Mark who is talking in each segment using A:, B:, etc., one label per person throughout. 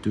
A: 嘟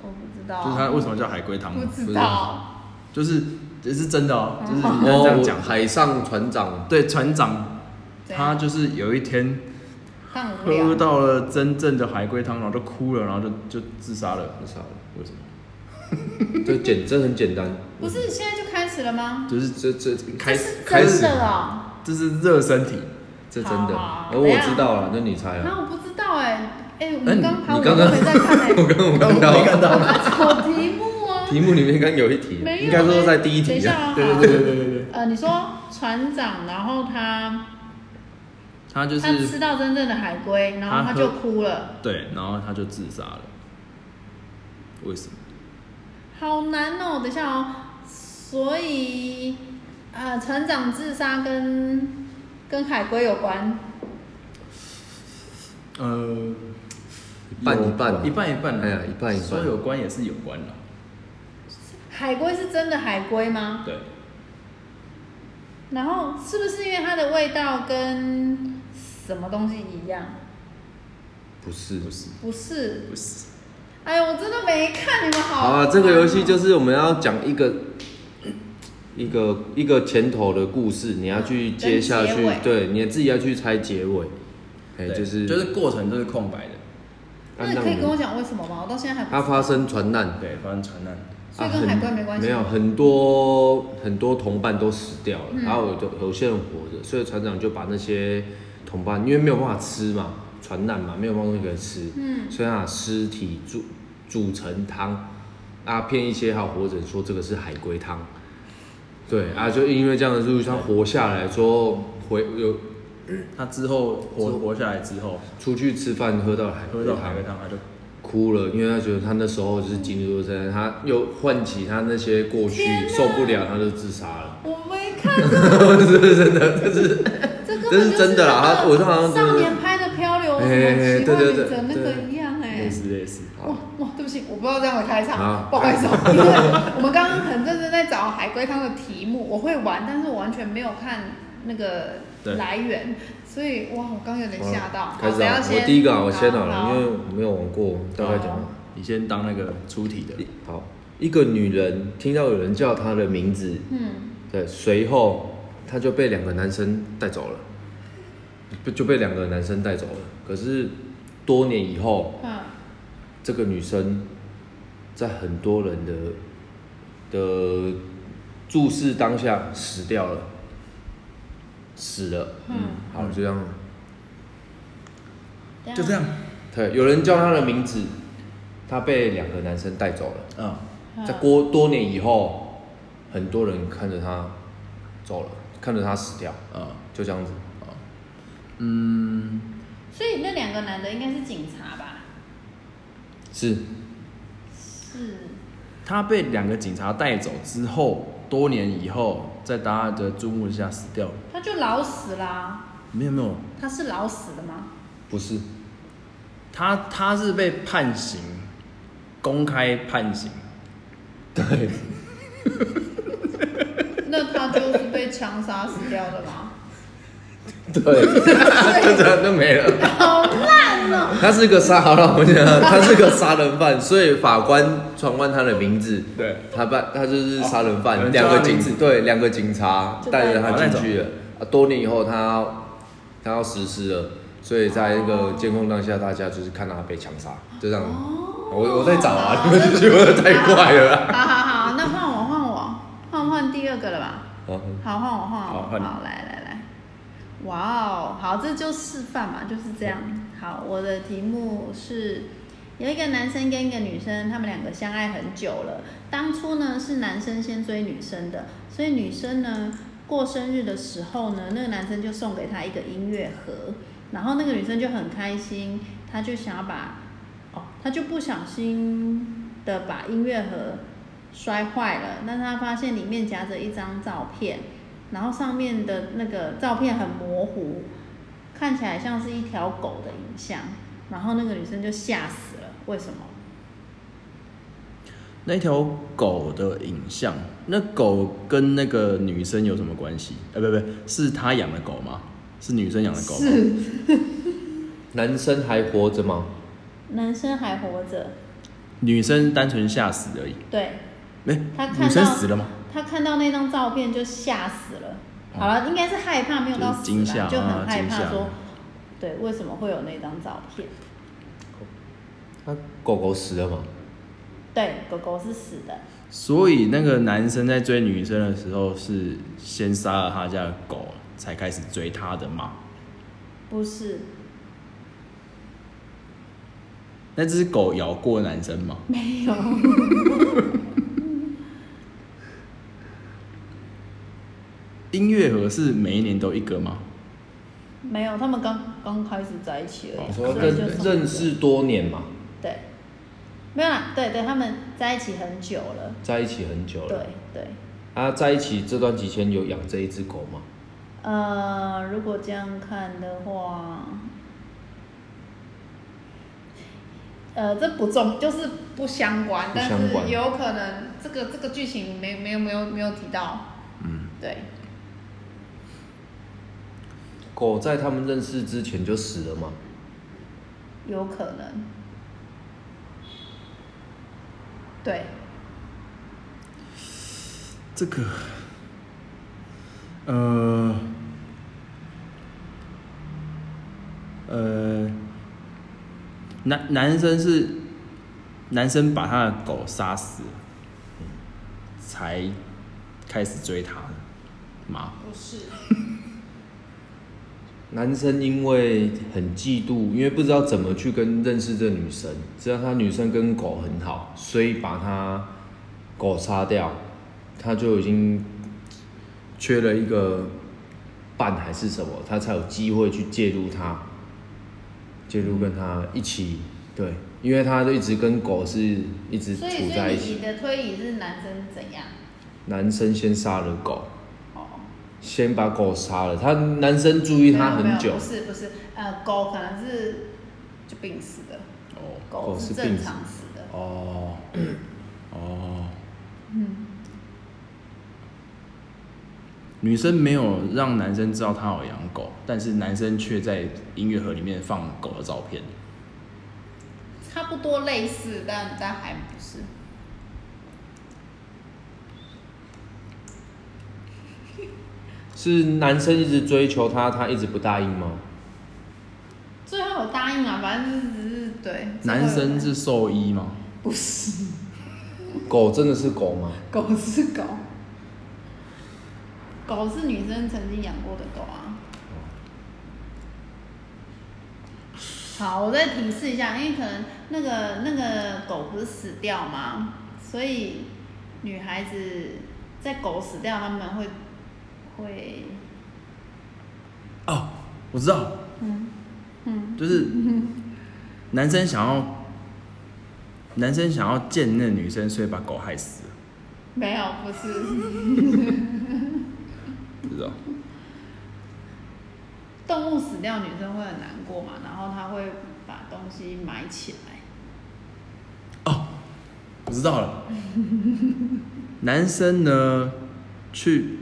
B: 我不知
A: 就是嗯它
B: 道，
A: 为什么叫海龟汤吗？
B: 不知道。
A: 就是这是真的哦，
B: 嗯
A: 就是人家这
C: 哦
A: 样，讲。
C: 海上船长，
A: 对，船长
B: 怎
A: 他
B: 样
A: 就是有一天
B: 看无
A: 喝
B: 聊。
A: 到了真正的海龟汤，然后就哭了，然后就就自杀了。
C: 那啥了，
A: 为什么？
C: 这简真很简单，
B: 不是现在就开始了吗？
A: 就是
C: 这这
A: 开
B: 这
A: 始
B: 是
A: 开
B: 真
A: 始，
B: 的哦。
A: 这是热身题。
C: 这真的，哦
B: 好好
C: 而我知道了，那你猜啊？
B: 啊，我不知道哎，哎，我
C: 哎
B: 们
C: 你
B: 刚
C: 你
B: 盘我
C: 刚
B: 都
C: 刚
B: 没在看哎，
C: 我 刚我看到
A: 没看到
B: 我在找题目啊。
C: 题目里面刚有一题，
B: 没有。
C: 应该说在第一
B: 等一
C: 题
B: 下
C: 啊。
B: 啊，
A: 对对对对对对，
B: 好呃，你说船长，然后他
A: 他就
B: 他吃
A: 是
B: 到真正的海龟，然后
A: 他
B: 他
A: 喝
B: 就哭了，
A: 对，然后他就自杀了。为什么？
B: 好难哦！等一下哦，所以呃，船长自杀跟跟海龟有关，
A: 呃，
C: 一半一半啊
A: 一半一半啊，
C: 哎呀一半一半
A: 说有关也是有关的。
B: 海龟是真的海龟吗？
A: 对，
B: 然后是不是因为它的味道跟什么东西一样？
C: 不是
A: 不是
B: 不是，
A: 不是，
B: 哎呦，我真的没看你们好。
C: 好啊，这个游戏就是我们要讲一个一个一个前头的故事，你要去接下
B: 跟
C: 去
B: 结尾，
C: 对，你自己要去猜结尾。哎、
A: 对
C: 就是
A: 就是过程都是空白的。
B: 那
C: 按
B: 你
C: 照
B: 可以
C: 你啊
B: 跟我讲为什么吗？我到现在还不知
C: 它
B: 道
C: 发生船难，
A: 对，发生船难。
B: 所以
C: 啊
B: 跟
C: 很
B: 海龟没关系
C: 没有很多很多同伴都死掉
B: 嗯
C: 了，然后有的有些人活着，所以船长就把那些同伴，因为没有办法吃嘛，船难嘛，没有东西可以吃，
B: 嗯
C: 所以他把尸体煮煮成汤，啊，骗一些还有活着人说这个是海龟汤，对啊，就因为这样的路，他活下来说回有
A: 他之后活活下来之后，
C: 出去吃饭喝到海
A: 喝
C: 龟
A: 到海
C: 汤
A: 龟，汤，他就
C: 哭了，因为他觉得他那时候就是经历过这样，他又唤起他那些过去
B: 天哪
C: 受不了，他就自杀了。
B: 我没看，这是 真的，这是这根本
C: 这是真的啦
B: 就是那个
C: 我是好像真的
B: 少年拍的《漂流》什
C: 哎哎
B: 么
C: 哎
B: 奇
C: 对
B: 幻
C: 对
B: 旅
C: 对
B: 程那个
C: 对
B: 一样哎
A: 类。似类似。
B: 哇哇，对不起，我不知道这样的开
C: 啊
B: 场，不好意思 哦，因为我们刚刚很认真在找海龟汤的题目，我会玩，但是我完全没有看那个
A: 对
B: 来源，所以哇，我刚有点吓到。
C: 开始
B: 好
C: 啊
B: 等！
C: 我
B: 先
C: 第一个啊，我先好了，
B: 好
C: 因为我没有玩过，大概讲。
A: 你先当那个出题的，
C: 好，一个女人听到有人叫她的名字，
B: 嗯，
C: 对，随后她就被两个男生带走了，就就被两个男生带走了。可是多年以后，
B: 嗯，
C: 这个女生在很多人的的注视当下死掉了，死了。
B: 嗯，
C: 好，就这样。
A: 就这
B: 样，
A: 样。
C: 对，有人叫她的名字，她被两个男生带走了。
A: 嗯，
B: 嗯
C: 在过多年以后，很多人看着他走了，看着他死掉，
A: 啊，
C: 就这样子。
A: 嗯，
B: 所以那两个男的应该是警察吧？
C: 是，
B: 是。
A: 他被两个警察带走之后，多年以后，在大家的注目下死掉了。
B: 他就老死啦、
A: 没有没有，
B: 他是老死的 吗？
C: 不是？
A: 他他是被判刑，公开判刑。
C: 对，
B: 那他就是被枪杀死掉的吗？
C: 对，就这样就没了。
B: 好烂哦、
C: 他是个杀，好了，我讲，他是个杀人犯，所以法官传唤他的名字。
A: 对，
C: 他办，他就是杀人
A: 哦有
C: 犯，
A: 人
C: 两
A: 叫
C: 个
A: 他名字
C: 警，对，两个警察
B: 就
C: 带
B: 带
C: 着
A: 走
C: 他进去了。啊，多年以后他他要实施了，所以在那个监控当下，大家就是看到他被枪杀，就这样。
B: 哦
C: 我我在找啊，
B: 好 啊
C: 你们觉得太快了啊啦。
B: 好好好，那换我换我换换第二个了吧？ 好，
C: 好
B: 换我换我
A: 好换你
B: 好来来来，哇哦，好，这就示范嘛，就是这样。好，我的题目是有一个男生跟一个女生，他们两个相爱很久了。当初呢是男生先追女生的，所以女生呢过生日的时候呢，那个男生就送给她一个音乐盒，然后那个女生就很开心，她就想要把哦，她就不小心的把音乐盒摔坏了，但是他发现里面夹着一张照片，然后上面的那个照片很模糊，看起来像是一条狗的影像，然后那个女生就吓死了，为什么？
A: 那条狗的影像，那狗跟那个女生有什么关系？呃，不不，是他养的狗吗？是女生养的狗吗？
B: 是
C: 男生还活着吗？
B: 男生还活着，
A: 女生单纯吓死而已。
B: 对
A: 没、
B: 他看到
A: 女生死了吗？
B: 他看到那张照片就吓死了。
A: 哦
B: 好了，应该是害怕，没有到
A: 就是
B: 死
A: 惊吓
B: 啦，就
A: 啊
B: 很害
A: 惊吓
B: 怕说，对，为什么会有那张照片？
C: 那狗狗死了吗？
B: 对，狗狗是死的，
A: 所以那个男生在追女生的时候，是先杀了他家的狗，才开始追她的嘛？
B: 不是，
A: 那只狗咬过男生吗？
B: 没有。
A: 音乐盒是每一年都一个吗？
B: 没有，他们刚刚开始在一起而
A: 哦
B: 已，
C: 你
B: 所以
C: 说
B: 就
C: 认
B: 送
C: 认识多年嘛，
B: 对，没有啦，对对，他们在一起很久了，
C: 在一起很久
B: 对
C: 了。
B: 对，
C: 啊，在一起这段期间有养这一只狗吗？
B: 呃，如果这样看的话，呃，这不重，就是不相关，
C: 不
B: 但
C: 相关
B: 是有可能这个这个剧情没没有没有没有提到，
A: 嗯，
B: 对，
C: 狗在他们认识之前就死了吗？
B: 有可能，对，
A: 这个，呃，呃，男男生是男生把他的狗杀死了，才开始追她的吗？
B: 不是，
C: 男生因为很嫉妒，因为不知道怎么去跟认识这女生，知道她女生跟狗很好，所以把她狗杀掉，他就已经缺了一个伴还是什么，他才有机会去介入她，介入跟她一起对，因为他就一直跟狗是一直处
B: 所以所
C: 在
B: 以
C: 一
B: 你
C: 起
B: 你，的推理是男生怎样？
C: 男生先杀了狗，
B: 哦。
C: 先把狗杀了，他男生注意
B: 没
C: 他
B: 有
C: 很
B: 没有
C: 久
B: 不，是不是，呃，狗可能是就病死的，
A: 哦
B: 狗
C: 狗是
B: 是
C: 病
B: 正
C: 死
B: 常死的。
A: 哦哦，
B: 嗯，
A: 女生没有让男生知道她有养狗，但是男生却在音乐盒里面放狗的照片。
B: 差不多类似，但但还不是。
C: 是男生一直追求她，她一直不答应吗？
B: 最后有答应啊，反正只是对。最后有
A: 男生是兽医吗？
B: 不是
C: 狗真的是狗吗？
B: 狗是狗，狗是女生曾经养过的狗啊。好，我再提示一下，因为可能那个那个狗不是死掉吗？所以女孩子在狗死掉，他们会会
A: 哦，我知道，
B: 嗯嗯
A: 就是 男生想要，男生想要见那女生，所以把狗害死了，
B: 没有，不是
A: 不知道。
B: 动物死掉，女生会很难过嘛，然后她会把东西埋起来。
A: 哦，我知道了。 男生呢，去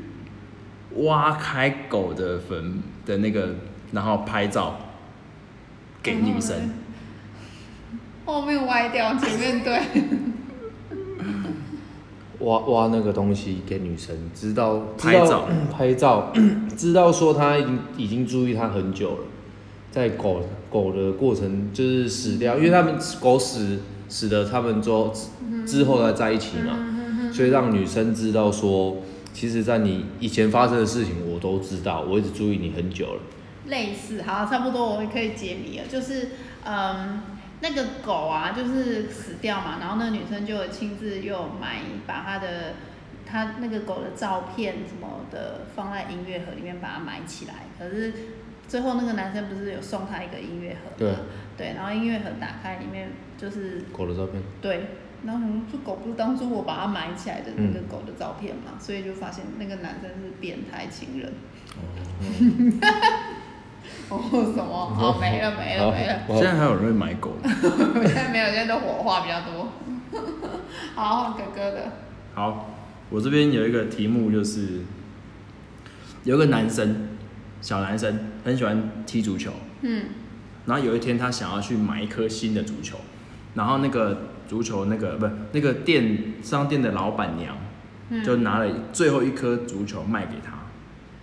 A: 挖开狗的坟的那个，然后拍照给女生。
B: 后面歪掉，前面对。
C: 挖挖那个东西给女生，知道知
A: 拍
C: 道嗯
A: 照
C: 拍照， 知道说她已经已经注意她很久了，在狗狗的过程就是死掉，因为他们狗死死了，他们之后之后再在一起嘛，所以让女生知道说，其实，在你以前发生的事情我都知道，我一直注意你很久了。
B: 类似，好，差不多我们可以解谜了。就是，嗯，那个狗啊，就是死掉嘛，然后那个女生就有亲自又买把她的她那个狗的照片什么的放在音乐盒里面把它埋起来。可是最后那个男生不是有送她一个音乐盒吗？
C: 对
B: 对，然后音乐盒打开里面就是
C: 狗的照片，
B: 对，然后想说这狗不是当初我把它埋起来的那
C: 嗯
B: 个狗的照片嘛，所以就发现那个男生是变态情人。 哦，什么？哦，没了没了
C: 好
B: 没了，
C: 我
A: 现在还有人会买狗吗？
B: 现在没有，现在都火化比较多。好，换哥哥的，
A: 好，我这边有一个题目就是，有一个男生，小男生很喜欢踢足球，
B: 嗯
A: 然后有一天他想要去买一颗新的足球，然后那个足球那个不那个店商店的老板娘
B: 嗯
A: 就拿了最后一颗足球卖给他，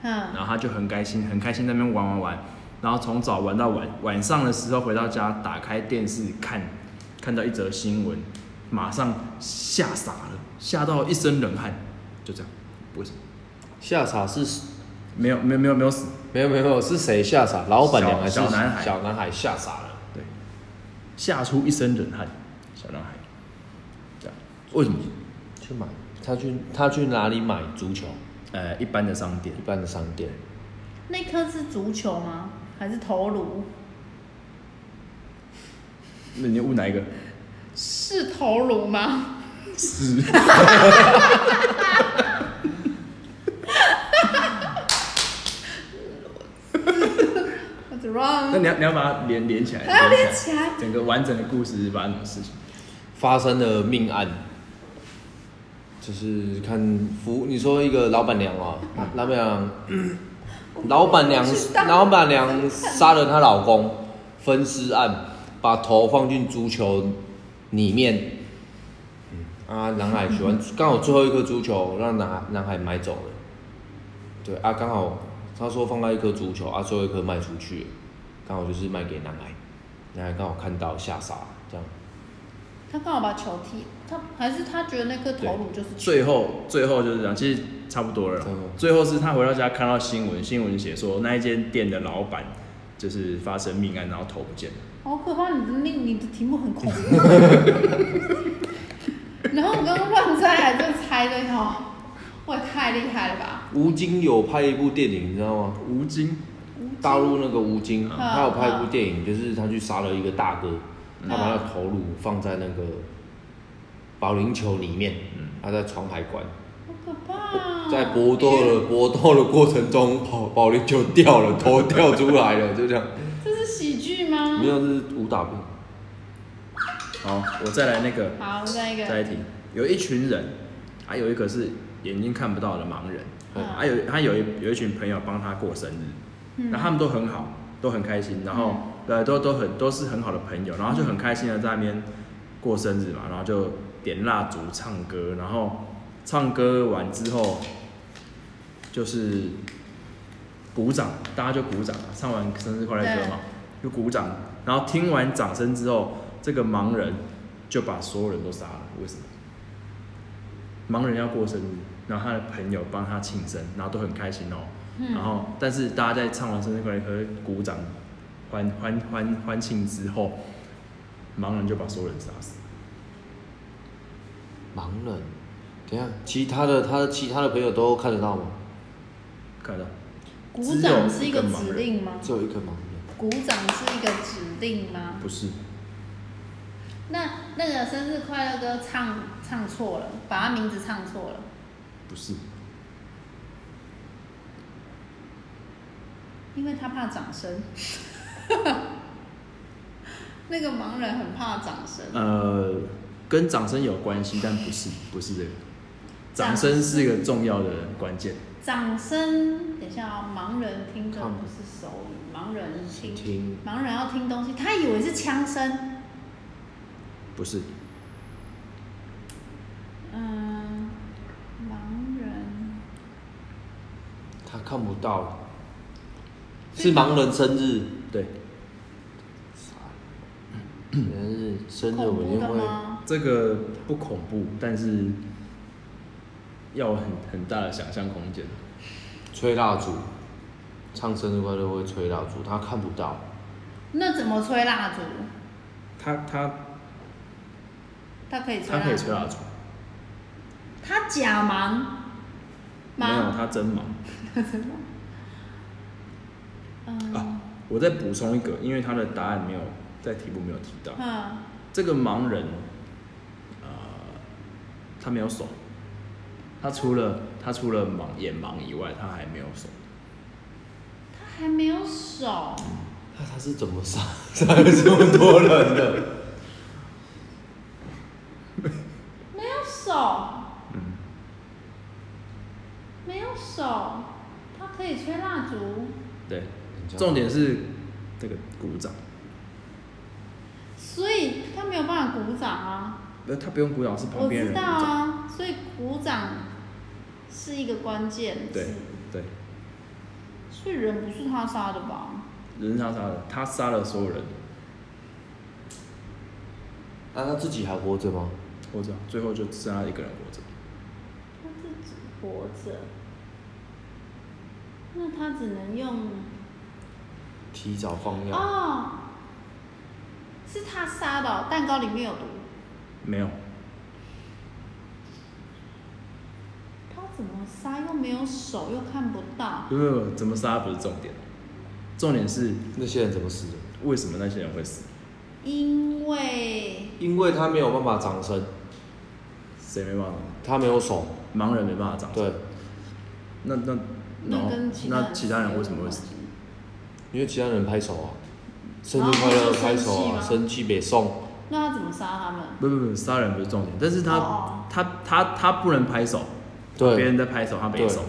B: 嗯
A: 然后他就很开心很开心在那边玩玩玩，然后从早玩到晚，晚上的时候回到家打开电视看，看到一则新闻，马上吓傻了，吓到一身冷汗，就这样，不是
C: 下傻是
A: 没有没有没有没有死，
C: 没有没有是谁下傻？老板娘还是
A: 小男孩
C: 小男孩吓傻了。
A: 对，吓出一身冷汗，小男孩，这样为什么？
C: 去买，他去他去哪里买足球？
A: 呃，一般的商店
C: 一般的商店，
B: 那颗是足球吗？还是头颅？
A: 那你问哪一个？
B: 是头颅吗？
A: 是。
B: What's wrong？
A: 那你要你要把它连连起来，
B: 还要连
A: 起
B: 起来
A: 来，整个完整的故事发生什么事情？
C: 发生了命案，就是看服。你说一个老板娘哦，老板娘，老板娘
B: 我不嗯知道，
C: 老板娘杀了她老公，分尸案，把头放进足球里面。嗯啊，男 孩喜欢，刚好最后一颗足球让男孩男孩买走了。对啊，刚好他说放在一颗足球啊，最后一颗卖出去了，刚好就是卖给男孩，男孩刚好看到吓傻了，这样。
B: 他刚好把球踢，他还是他觉得那颗头颅就是球。
A: 最后，最后就是这样，其实差不多了啦
C: 差不多。
A: 最后是他回到家看到新闻，新闻写说那一间店的老板就是发生命案，然后头不见了。
B: 好可怕！哦你的那你的题目很恐怖。然后你刚刚乱猜，啊就猜对哦，我也太厉害了吧！
C: 吴京有拍一部电影，你知道吗？
A: 吴京，啊
C: 大陆那个吴京，
B: 嗯
C: 他有拍一部电影，就是他去杀了一个大哥，
A: 嗯
C: 他把他的头颅放在那个保龄球里面，
A: 嗯
C: 他在闯海关，
B: 好可
A: 啊
B: 怕、哦。
C: 在搏斗的 搏斗的过程中，保保龄球掉了， 头掉出来了，就这样。
B: 这是喜剧
A: 嗯
B: 吗
C: 没？有，这是武打片。
A: 好，我再来那个，
B: 好，再一
A: 再
B: 个。
A: 来一题。有一群人，还有一个是眼睛看不到的盲人，
B: 嗯
A: 还有他有一有一群朋友帮他过生日，然后他们都很好，都很开心，然
B: 嗯
A: 后呃都都很都是很好的朋友，然后就很开心的在那边过生日嘛，然后就点蜡烛唱歌，然后唱歌完之后就是鼓掌，大家就鼓掌，唱完生日快乐歌嘛，就鼓掌，然后听完掌声之后，这个盲人就把所有人都杀了，为什么？盲人要过生日，然后他的朋友帮他庆生，然后都很开心哦。
B: 嗯
A: 然后，但是大家在唱完生日快乐歌、鼓掌、欢欢欢欢庆之后，盲人就把所有人杀死。
C: 盲人，等一下，其他的他的其他的朋友都看得到吗？
A: 看得到，
B: 鼓掌是一个指
A: 嗯
B: 令吗？
C: 只有一个盲人，
B: 鼓掌是一个指令吗？
A: 不是
B: 那那个生日快乐歌唱唱错了，把他名字唱错了。
A: 不是，
B: 因为他怕掌声。 那个盲人很怕掌声，
A: 呃，跟掌声有关系，但不是不是这个。掌
B: 掌
A: 声是一个重要的关键，
B: 掌声。等一下啊、盲人听的
C: 看
B: 不是手语，盲人听
C: 听
B: 盲人要听东西，他以为是枪声。
A: 不是
B: 嗯，盲人
C: 他看不到，是盲人生日。
A: 对。
C: 嗯，生日
B: 恐
C: 我一
B: 怖
C: 定
B: 的
C: 会
B: 吗？
A: 这个不恐怖，但是要很很大的想象空间。
C: 吹蜡烛，唱生日快乐会吹蜡烛，他看不到，
B: 那怎么吹蜡烛？
A: 他他
B: 他可以吹
A: 他可
B: 蜡
A: 以吹
B: 烛？
A: 蜡烛，
B: 他假盲
A: 没有
B: 吗？
A: 他真忙。
B: 嗯
A: 啊我再补充一个，因为他的答案没有在题目没有提到，
B: 嗯
A: 这个盲人，呃，他没有手，他除了他除了盲眼盲以外，他还没有手。
B: 他还没有手，
C: 那他是怎么杀杀了这么多人的？
B: 没有手，没有手，他可以吹蜡烛，
A: 对， 重点是这个鼓掌，
B: 所以他没有办法鼓掌啊。
A: 呃，他不用鼓掌，是旁
B: 我
A: 边人
B: 知
A: 鼓
B: 道
A: 掌。
B: 啊，所以鼓掌是一个关键
A: 对
B: 字，
A: 对，
B: 所以人不是他杀的吧？
A: 人杀杀的，他杀了所有人，
C: 那他自己还活着吗？
A: 活着，最后就只剩他一个人活着。
B: 他自己活着，那他只能用
C: 提早放药，
B: 哦，是他杀的哦、蛋糕里面有毒，
A: 没有，
B: 他怎么杀又没有手又看不到？
A: 不不不，怎么杀不是重点，重点是
C: 那些人怎么死的？
A: 为什么那些人会死？
B: 因为
C: 因为他没有办法长身，
A: 谁没办法？
C: 他没有手，
A: 盲人没办法长。
C: 对，
A: 那那然
B: 那
A: 后
B: 跟其他
A: 那其他人为什么会死？
C: 因为其他人拍手啊，生日快乐拍手啊，
B: 然后他就生气吗
C: 生气别送，
B: 那他怎么杀他们？
A: 不不不，杀人不是重点，但是他、
B: 哦
A: 他他他不能拍手，别
C: 对
A: 人，在拍手，他没手，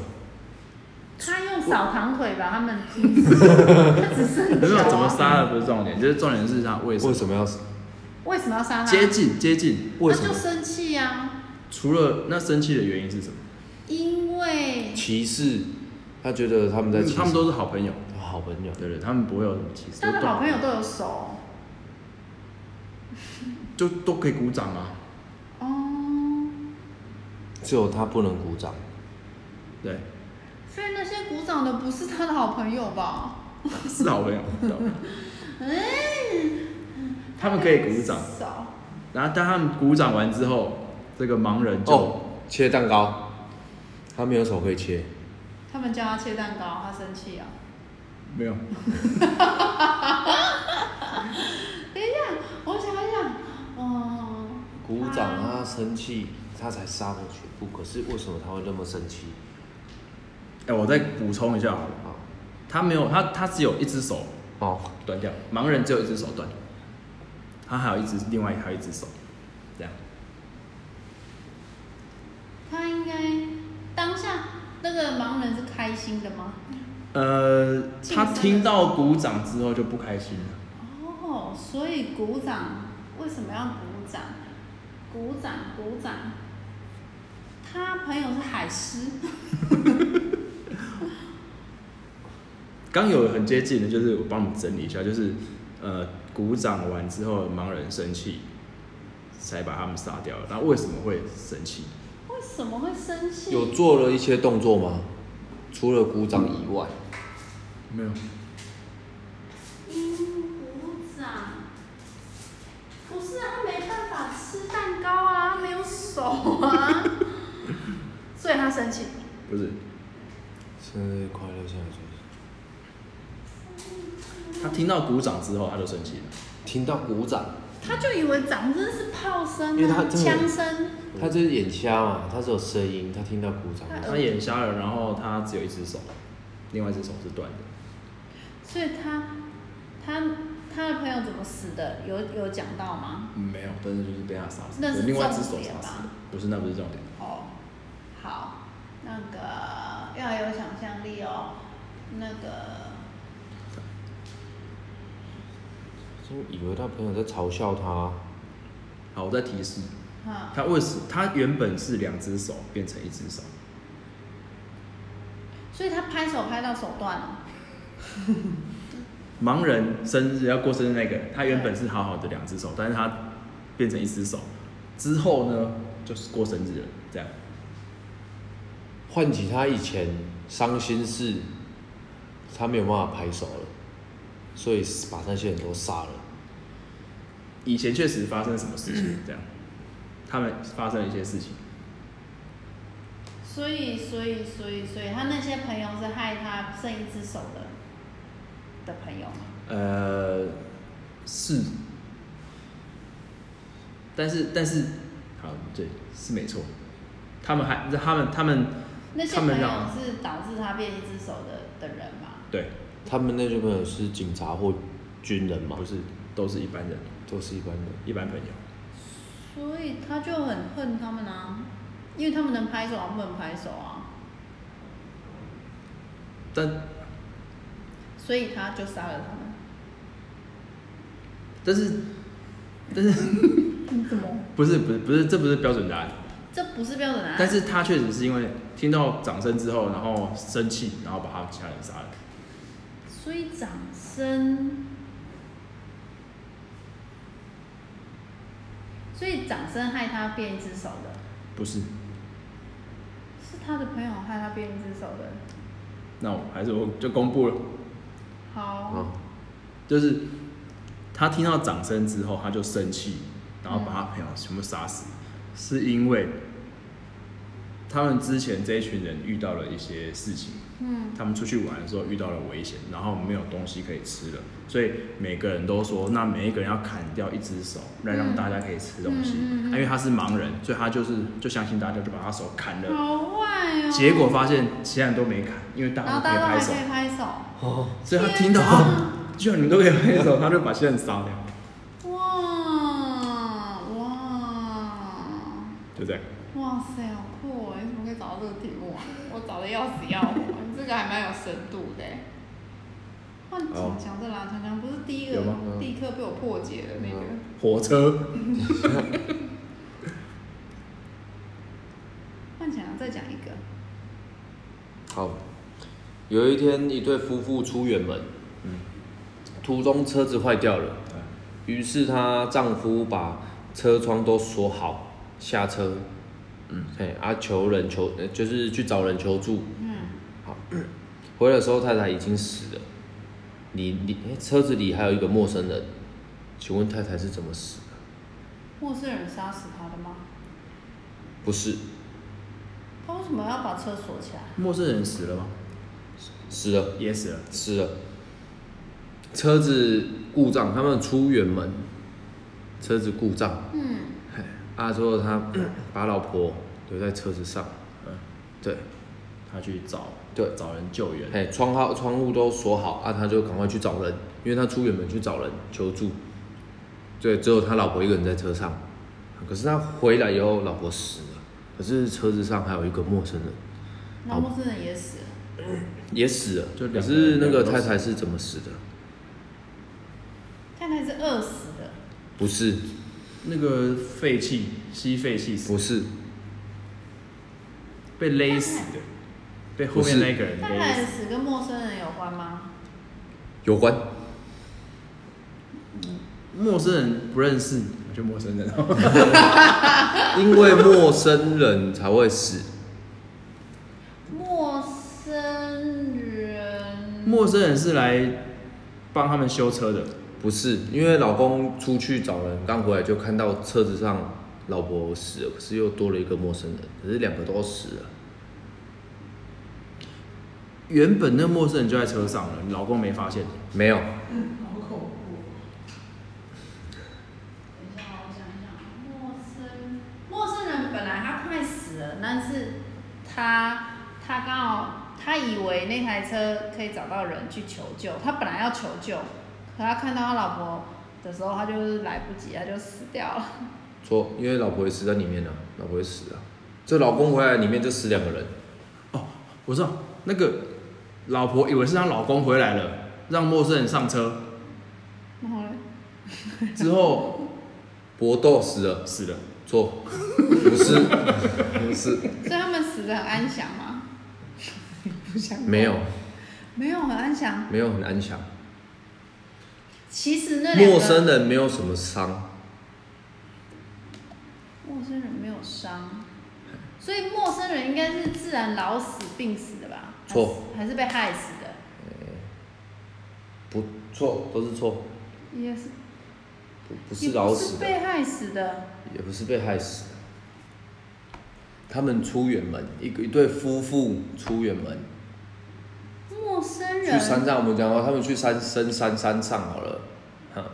B: 他用扫堂腿把他们踢 死，他只剩
A: 没
B: 脚、
A: 有
B: 啊。
A: 怎么杀的不是重点，就是重点是他为什
C: 为
A: 么
C: 什么要死？
B: 为什么要杀他？
A: 接近接近，
C: 为
B: 他
C: 什
B: 就
C: 么？
B: 生气呀、啊，
A: 除了那生气的原因是什么？
B: 因为
C: 歧视，他觉得他们在歧视，
A: 嗯他们都是好朋友，
C: 好朋友，
A: 对对，他们不会有什么歧视，
B: 他的好朋友
A: 都
B: 都有手。
A: 就都可以鼓掌啊，
B: 哦，
C: 只有他不能鼓掌，
A: 对，
B: 所以那些鼓掌的不是他的好朋友吧？
A: 是好朋友， 知道吗
B: 嗯，
A: 他们可以鼓掌，
B: 手
A: 然后当他们鼓掌完之后，这个盲人就、
C: 哦，切蛋糕，他没有手可以切，
B: 他们叫他切蛋糕，他生气啊。
A: 没有，
B: 等一下，我想一想，哦，
C: 鼓掌
A: 啊
B: 他
C: 他生气，他才杀了全部，可是为什么他会那么生气？
A: 哎、我再补充一下好了，
C: 啊，
A: 他没有，他他只有一只手
C: 哦，
A: 断掉，盲人只有一只手断，他还有一只另外还有一只手，这样。
B: 他应该当下那个盲人是开心的吗？
A: 呃，
B: 庆
A: 他
B: 生的
A: 听到鼓掌之后就不开心了，
B: 哦，所以鼓掌为什么要鼓掌？鼓掌，鼓掌。他朋友是海狮，
A: 刚有很接近的，就是我帮你们整理一下，就是呃，鼓掌完之后盲人生气，才把他们杀掉了。那为什么会生气？
B: 为什么会生气？
C: 有做了一些动作吗？除了鼓掌以外，
A: 没有，
B: 因嗯鼓掌，不是啊，他没办法吃蛋糕啊，他没有手啊， 所以他生气。
A: 不是，
C: 生日快乐，生日快乐。
A: 他听到鼓掌之后他就生气了。
C: 听到鼓掌，
B: 他就以为掌声是炮声、
C: 因为他
B: 啊、
C: 真的
B: 枪声，
C: 他就是眼瞎嘛，他只有声音，他听到鼓掌，
B: 他
A: 他眼瞎了，然后他只有一只手，另外一只手是断的。
B: 所以他他他的朋友怎么死的？有有讲到吗？
A: 没有，但是就是被他杀死，
B: 那是
A: 有另外一只手
B: 重点
A: 杀死的
B: 吧，
A: 不是，那不是重点。
B: 哦，好，那个要有想象力哦，那个
C: 就以为他朋友在嘲笑他，
A: 好，我再提示，
B: 哈，
A: 他为什他原本是两只手变成一只手，
B: 所以他拍手拍到手断了。
A: 盲人生日要过生日那个，他原本是好好的两只手，但是他变成一只手之后呢，就是过生日了，这样
C: 唤起他以前伤心事，他没有办法拍手了，所以把那些人都杀了。
A: 以前确实发生什么事情，这样他们发生了一些事情，
B: 所以，所以，所以，所以，他那些朋友是害他剩一只手的的朋友吗？
A: 呃，是，但是但是好对是没错，他们还他们他们
B: 那些
A: 他
B: 朋友
A: 们让
B: 是导致他变一只手的的人嘛？
A: 对
C: 他们那些朋友是警察或军人嘛，
A: 不是都是一般人，
C: 都是一般人。
A: 一般朋友。
B: 所以他就很恨他们啊，因为他们能拍手，我们不能拍手啊，
A: 但
B: 所以他就杀了他们。
A: 但是但是
B: 你怎么？
A: 不是不是不是这不是标准答案，
B: 这不是标准答案。
A: 但是他确实是因为听到掌声之后，然后生气，然后把他家人杀了。
B: 所以掌声，所以掌声害他变一只手的，
A: 不是，
B: 是他的朋友害他变一只手的。
A: 那我还是我就公布了，
B: 好，哦
C: 啊，
A: 就是他听到掌声之后，他就生气，然后把他朋友全部杀死，是因为他们之前这一群人遇到了一些事情，
B: 嗯，
A: 他们出去玩的时候遇到了危险，然后没有东西可以吃了，所以每个人都说，那每一个人要砍掉一只手，来让大家可以吃东西。
B: 嗯嗯嗯嗯
A: 啊因为他是盲人，所以他就是就相信大家，就把他手砍了。
B: 好坏哦。
A: 结果，发现其他人都没砍，因为大家
B: 然后
A: 都可
B: 大
A: 以
B: 家都
A: 拍手
B: 还可，以拍手，
C: 哦，
A: 所以他听到
B: 天哪
A: 啊，居然你们都可以拍手，他就把其他人杀掉，
B: 哇哇
A: 就这样。
B: 哇塞，好酷哦！你怎么可以找到这个题目啊？我找的要死要活，你这个还蛮有深度的欸。换
C: 好
B: 强强这啦，强强不是第一个
A: 有吗
B: 立刻被我破解的那个。
A: 火车
B: 换强强再讲一个，
C: 好。有一天，一对夫妇出远门，途中车子坏掉了，于是她丈夫把车窗都锁好，下车，嗯，嘿，啊，求人求，呃就是去找人求助，
B: 嗯，
C: 回来的时候，太太已经死了。你你诶车子里还有一个陌生人，请问太太是怎么死的？
B: 陌生人杀死他的吗？
C: 不是，
B: 他为什么要把车锁起来？
A: 陌生人死了吗？
C: 死了，
A: 也死了。
C: 死了。车子故障，他们出远门，车子故障，
B: 嗯，
C: 嘿啊，之后他把老婆留在车子上，
A: 嗯，
C: 对，
A: 他去找
C: 对
A: 找人救援。
C: 哎，窗号窗户都锁好啊，他就赶快去找人，因为他出远门去找人求助。对，只有他老婆一个人在车上，可是他回来以后，老婆死了，可是车子上还有一个陌生人
B: 那陌生人也死了。
C: 也死了，
A: 就
C: 可
A: 两个人
C: 是那个
A: 两个
C: 太
A: 都死
C: 太是怎么死的？
B: 太太是饿死的，
C: 不是，
A: 那个废气吸废气死，
C: 不是，
A: 被勒死的，被后
C: 不
A: 面
C: 是
A: 那个人
B: 太
A: 勒
B: 太的
A: 死。
B: 死跟陌生人有关吗？
C: 有关，
A: 陌生人不认识，就陌生人。
B: 嗯
C: 因为陌生人才会死，
B: 陌生人，
A: 陌生人是来帮他们修车的，
C: 不是，因为老公出去找人，刚回来就看到车子上老婆死了，可是又多了一个陌生人，可是两个都死了。
A: 原本那陌生人就在车上了，你老公没发现。
C: 没有，
B: 等一下，我想一想，陌生陌生人本来他快死了，但是他他刚好他以为那台车可以找到人去求救，他本来要求救，可他看到他老婆的时候，他就是来不及，他就死掉了。
C: 错，因为老婆也死在里面了、啊老婆也死了、这老公回来里面就死两个人，
A: 哦，我知道，那个老婆以为是她老公回来了，让陌生人上车
B: 然后嘞，
A: 之后
C: 搏斗死了，
A: 死了。
C: 错，不是，不是，
B: 所以他们死的很安详吗？ 不想
C: 没有，
B: 没有很安详。
C: 没有很安详，
B: 其实那两个
C: 陌生人没有什么伤，
B: 陌生人没有伤，所以陌生人应该是自然老死病死的吧？
C: 错
B: 还是，还是被害死的？
C: 不错，都是错，
B: 也是，
C: 不不
B: 不
C: 是老死
B: 是
C: 的，
B: 被害死的。
C: 也不是被害死的。他们出远门，一个一对夫妇出远门
B: 陌生
C: 去山
B: 人，
C: 上，我们讲过，他们去山深山山上好了，哈。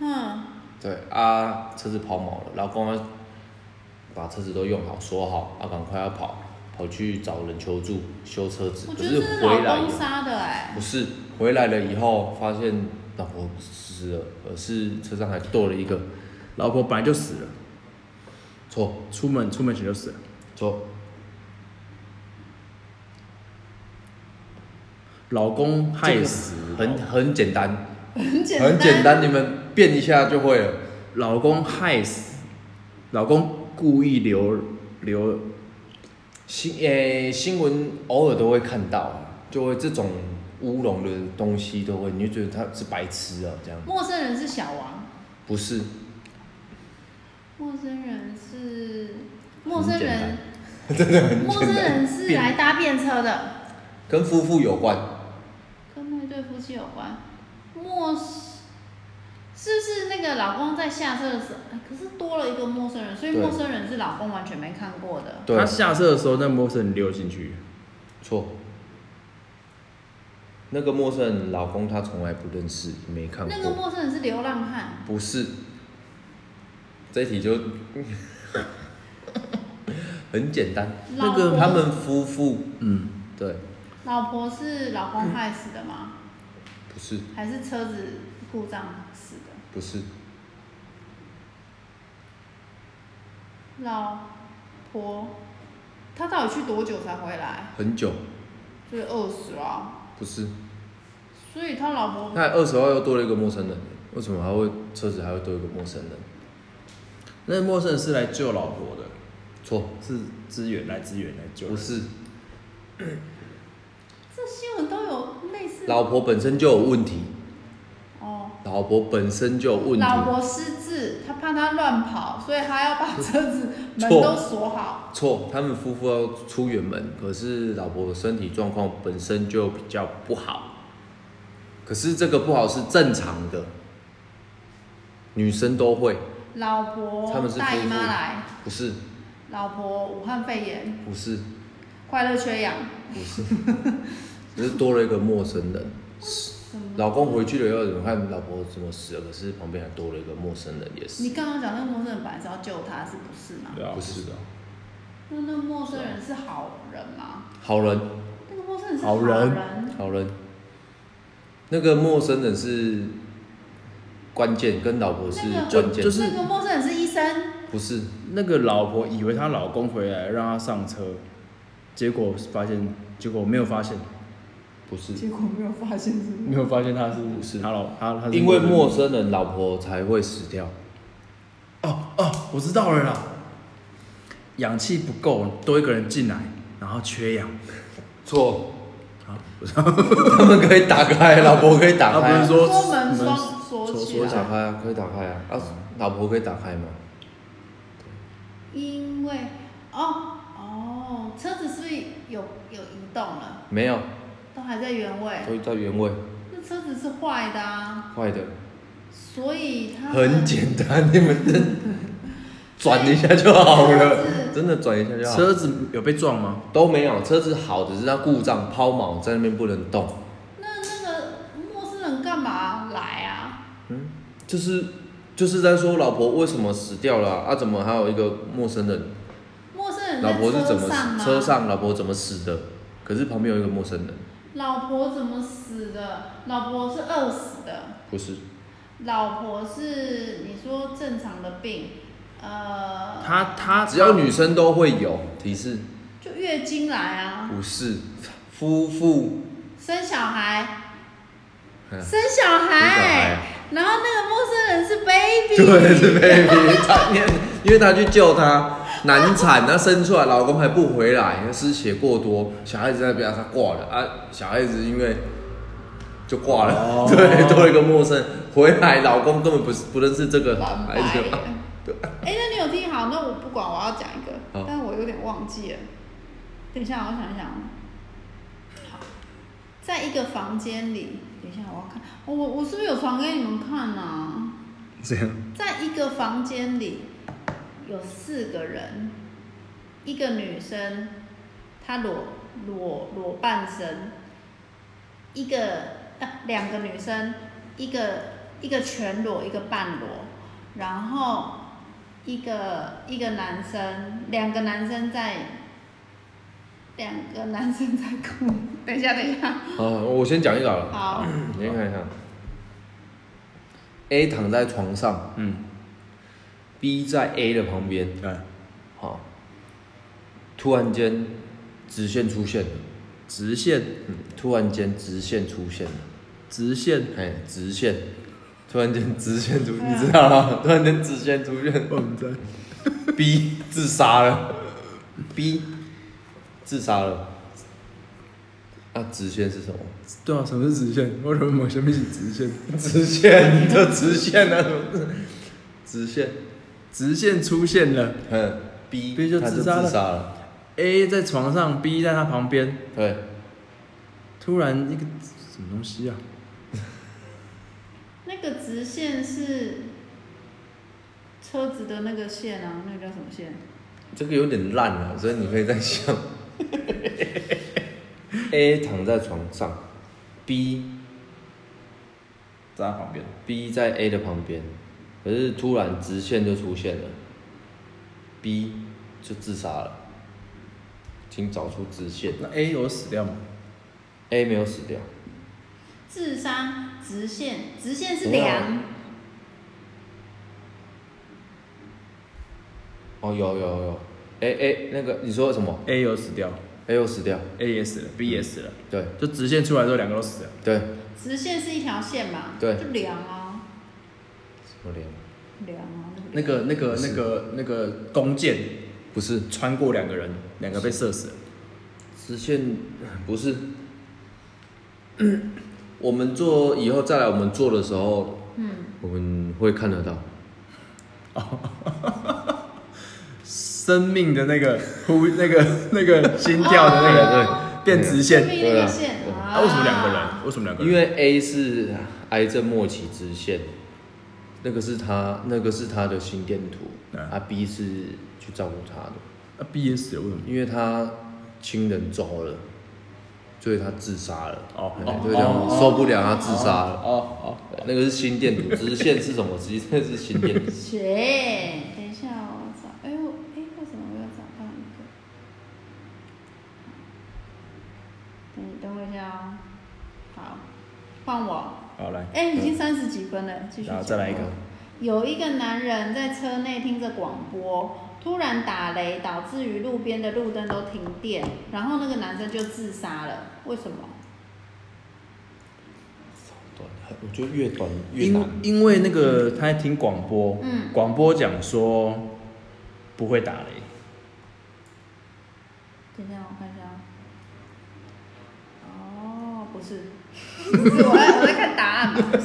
B: 嗯，
C: 对啊，车子抛锚了，老公要把车子都用好锁好，啊，赶快要跑，跑去找人求助修车子，
B: 我
C: 可
B: 觉得
C: 是
B: 这是
C: 回来
B: 老
C: 以
B: 公
C: 后
B: 杀的哎、
C: 不是回来了以后发现老婆死了，而是车上还多了一个，
A: 老婆本来就死了，
C: 错
A: 出门出门前就死了。
C: 错
A: 老公害死
C: 很很简单，
B: 很简单，
C: 很简单，你们变一下就会了。
A: 老公害死，老公故意留留
C: 新诶、新闻偶尔都会看到，啊就会这种乌龙的东西都会，你就觉得他是白痴啊这样，
B: 陌生人是小王，
C: 不是
B: 陌生人是陌生人，
C: 真的 很
B: 陌
C: 简
B: 生
C: 单，
B: 人是来搭便车的，
C: 跟夫妇有关，
B: 跟那对夫妻有关。陌是不是那个老公在下车的时候？哎可是多了一个陌生人，所以
C: 对
B: 陌生人是老公完全没看过的。
C: 对
A: 他，下车的时候，那陌生人溜进去，
C: 错。那个陌生人老公他从来不认识，也没看过。
B: 那个陌生人是流浪汉，
C: 不是，这一题就 很简单。
A: 那
B: 老
A: 个
B: 婆
C: 他们夫妇
A: 嗯，
C: 对，
B: 老婆是老公害死的吗？
C: 不是
B: 还是车子故障死的？
C: 不是
B: 老婆她到底去多久才回来？
C: 很久，
B: 就是饿死了啊、
C: 不是。
B: 所以他老婆
C: 那二十号又多了一个陌生人，为什么还会车子还会多一个陌生人？
A: 那陌生人是来救老婆的，
C: 错，
A: 是支援来支援来救人，
C: 不是，
B: 这新闻都有类似
C: 老婆本身就有问题，
B: 哦，
C: 老婆本身就有问题。
B: 老婆失智，他怕他乱跑，所以他要把车子门
C: 错
B: 都锁好。
C: 错，他们夫妇要出远门，可是老婆的身体状况本身就比较不好，可是这个不好是正常的，女生都会，
B: 老婆
C: 他们是
B: 大姨
C: 夫妇
B: 妈来，
C: 不是
B: 老婆武汉肺炎，
C: 不是
B: 快乐缺氧，
C: 不是，只是多了一个陌生人，
B: 什么？
C: 老公回去了以后怎么看老婆怎么死了，可是旁边还多了一个陌生人也
B: 你
C: 是，
B: 刚刚讲那个陌生人本来是要救他，是不是嘛？
A: 对啊，
C: 不是
A: 的，
B: 那那陌生人是好人吗？
C: 好人
B: 那个陌生人是
A: 好
B: 人，
A: 人
C: 好人，那个陌生人是关键，跟老婆是
B: 那个
C: 关键，
A: 就是
B: 那个陌生人是医生，
C: 不是。
A: 那个老婆以为她老公回来让她上车，结果发现结果没有发现，
C: 不是，
B: 结果没有发现是
A: 没有发现她是
C: 不是
A: 她老她她是
C: 因为陌
A: 生
C: 生人老婆才会死掉。
A: 哦哦，我知道了啦，氧气不够，多一个人进来，然后缺氧，
C: 错，
A: 啊，
C: 他们可以打开，老婆可以打
A: 他不
C: 开、
A: 是
C: 啊。
A: 说嗯
B: 说门
A: 你们
B: 双锁
A: 锁
B: 起
C: 可
A: 说
C: 以打
B: 来，
C: 开啊，可以打开啊！啊，老婆可以打开吗？
B: 因为哦哦，车子是不是有有移动了？
C: 没有，
B: 都还在原
A: 嗯
B: 位，
C: 都在原位，
B: 那车子是坏的啊，
C: 坏的，
B: 所以他
C: 很简单，你们真转一下就好了，真的转一下就好。
A: 车子有被撞吗？
C: 都没有，车子好的是它故障抛锚在那边不能动，
B: 那那个陌生人干嘛来啊？
C: 就是就是在说老婆为什么死掉了啊？啊怎么还有一个陌生人
B: 陌生人
C: 老
B: 在
C: 婆是怎
B: 车
C: 么
B: 上啊吗？
C: 车上老婆怎么死的？可是旁边有一个陌生人，
B: 老婆怎么死的？老婆是饿死的，
C: 不是
B: 老婆是你说正常的病，呃，
A: 她她
C: 只要女生都会有提示，
B: 就月经来啊，
C: 不是夫 妇
B: 生小孩，
C: 嗯
B: 生小
C: 孩啊
B: 孩，然后那个陌生人是 baby，
C: 对是 baby 差点，因为他去救他难产，他生出来老公还不回来，失血过多，小孩子在那边他挂了啊，小孩子因为就挂了，
A: 哦
C: 对，多一个陌生人回来，老公根本不是不认识这个
B: 蓝
C: 孩
B: 白
C: 子
B: 眼。哎、那你有听好？那我不管，我要讲一个
C: 好，
B: 但我有点忘记了。等一下，我想一想哦。好，在一个房间里，等一下我要看，哦、我我是不是有传给你们看啊呢、
A: 这样
B: 在一个房间里有四个人，一个女生，她裸裸裸半身，一个啊两个女生，一个一个全裸，一个半裸，然后一一个一个男生，两个男生在，两个男生在哭。等一下，等一下，
C: 啊，我先讲一个好了，
B: 好，
C: 嗯你先看一下。A 躺在床上
A: 嗯，哎
C: ，B 在 A 的旁边，
A: 对，
C: 好，突然间直线出现了，
A: 直线，
C: 嗯，突然间直线出现了，
A: 直线，
C: 哎，直线，突然间直线出，你知道吗？突然间直线出现
A: 我们在，
C: ，B 自杀了，B 自杀了，啊，直线是什么？
A: 对啊，什么是直线？为什么什么是直线？
C: 直线，你的直线呢？直线，
A: 直线出现了
C: 嗯，B
A: B 就
C: 他
A: 自杀了
C: 自杀了，
A: ，A 在床上，B 在他旁边，
C: 对，
A: 突然一个什么东西啊？
B: 那个直线是车子的那个线啊，那个叫什么线？
C: 这个有点烂了，所以你可以 再想。A 躺在床上，B
A: 在他旁边，
C: B 在 A 的旁边，可是突然直线就出现了，B 就自杀了。请找出直线
A: 那 A 有死掉吗？
C: ，A 没有死掉，
B: 自杀直线，直线是
C: 没有
B: 梁，
C: 哦，有有有，A A 那个你说什么
A: A 有死掉
C: ？A 有死掉，
A: ，A 也死了，B 也死了，
C: 对
A: 就直线出来之后，两个都死了。
C: 对，
B: 直线是一条线嘛？
C: 对
B: 就梁啊，
C: 什么脸？
B: 梁啊，那个
A: 那个、那个、那个、那个弓箭
C: 不是
A: 穿过两个人，两个被射死了。
C: 直线，不是。 我们做以后再来我们做的时候，
B: 嗯，
C: 我们会看得到。
A: 生命的那个呼，那个、那个心跳的那个
C: 对
A: 变直
B: 生
A: 线。
B: 命那
C: 对
B: 个
C: 啊
B: 线
C: 对
B: 啊
A: 啊，为什么两个人？为什么两个
C: 对，因
A: 人？
C: 为 A 是癌症末期直线，那个是他那个是他的心电图，
A: 嗯
C: 啊 B 是去照顾他的，
A: 啊，B 也死了，为什么？
C: 因为他亲人走了，所以他自杀了。
A: 哦
C: 哎
A: 哦
C: 就这样
A: 哦
C: 受不了他自杀了。
A: 哦哦，
C: 那个是心电图，直线是什么？直线是心电图。
B: 谁？等一下，我找。哎我哎，为什么我要找到一个？等你等我一下哦。好，换我。
A: 好来，嗯
B: 哎，已经三十几分了，继续
A: 然后
B: 讲。
A: 再来一个。
B: 有一个男人在车内听着广播，突然打雷，导致于路边的路灯都停电，然后那个男生就自杀了。为什么？
C: 短，我觉得越短越
A: 因
C: 难。
A: 因为那个他在听广播，
B: 嗯
A: 广播讲说不会打雷，
B: 等一下，我看一下哦。哦，不是， 不是我在我在看答案嘛，不是，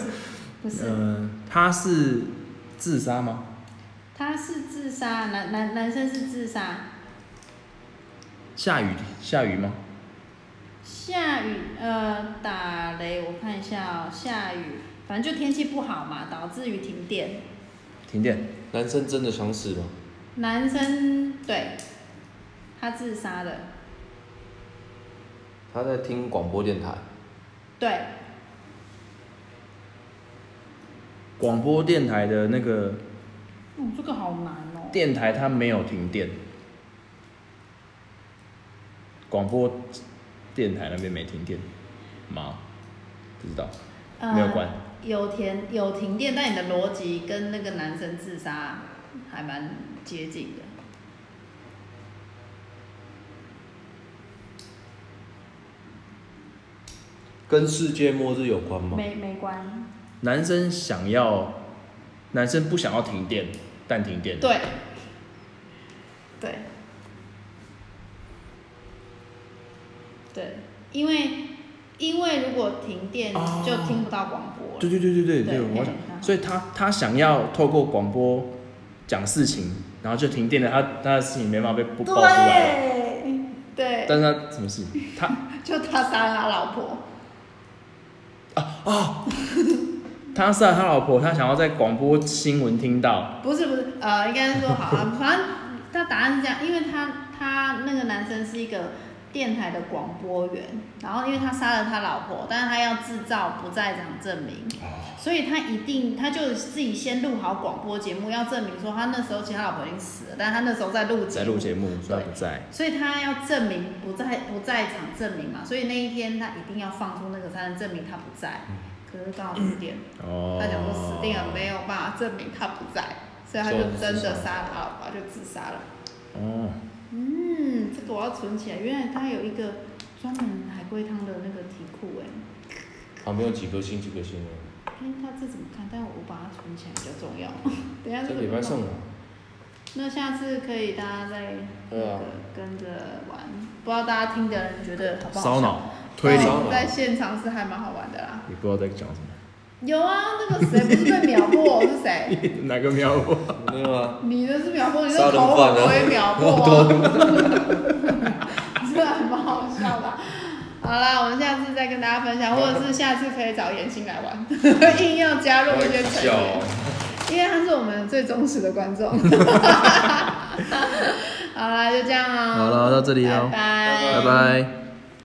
B: 不是，
A: 嗯，他是自杀吗？
B: 他是自杀，男男男生是自杀。
A: 下雨下雨吗？
B: 下雨，呃，打雷，我看一下哦，下雨，反正就天气不好嘛，导致于停电。
A: 停电，
C: 男生真的想死吗？
B: 男生对，他自杀的，
C: 他在听广播电台，
B: 对，
A: 广播电台的那个
B: 嗯，这个好难哦。
A: 电台它没有停电，广播电台那边没停电吗？不知道，
B: 呃
A: 没有关。
B: 有停有停电，但你的逻辑跟那个男生自杀还蛮接近的。
C: 跟世界末日有关
A: 嗯
C: 吗？
B: 没没关，
A: 男生想要，男生不想要停电，但停电。
B: 对，对，对，因为因为如果停电
A: 哦
B: 就听不到广播了，
A: 对对对对对
B: 对嗯
A: 对，我
B: 嘿
A: 想，所以他他想要透过广播讲事情，然后就停电了，他他的事情没办法被不爆出来了。
B: 对对，
A: 但是他什么事情？他
B: 就他杀了他老婆，
A: 他杀了他老婆，他想要在广播新闻听到。
B: 不是不是， 呃呃，应该是说好啊，反正他答案是这样，因为他他那个男生是一个电台的广播员，然后因为他杀了他老婆，但是他要制造不在场证明，
A: 哦
B: 所以他一定他就自己先录好广播节目，要证明说他那时候其实他老婆已经死了，但他那时候在录节
A: 在
B: 目
A: 录节目，所以他不在。
B: 所以他要证明不在不在场证明嘛，所以那一天他一定要放出那个才能证明他不在。
A: 嗯
B: 可是刚好五点，
A: 哦，
B: 他讲说死定了，没有办法证明他不在，所以他就真的杀了他老婆，就自杀了。
A: 哦，
B: 嗯，这个我要存起来。原来他有一个专门海龟汤的那个题库哎，
C: 旁啊边有几颗星，几颗星啊？
B: 哎，他这怎么看？但我把它存起来比较重要。 等一下这
C: 这
B: 个
C: 礼拜
B: 不
C: 上
B: 懂
C: 了，
B: 那下次可以大家再那
C: 对啊
B: 个跟着玩，不知道大家听的人觉得好不好笑？
A: 烧脑推理
C: 烧脑
B: 在现场是还蛮好玩的啦。
A: 也不知道在讲什么，
B: 有啊，那个谁不是被秒 过是谁？
A: 哪个喵我？
C: 没有啊？
B: 你的是秒过，你的
C: 杀人
B: 头
C: 犯啊
B: 我也秒过 啊，真的还蛮好笑的啊。好啦，我们下次再跟大家分享，或者是下次可以找严欣来玩，硬要加入一些成
C: 笑
B: 员。因为他是我们最忠实的观众。 好啦，就这样哦。哦
A: 好了到这里咯
B: 拜
A: 拜
B: 拜
A: 拜。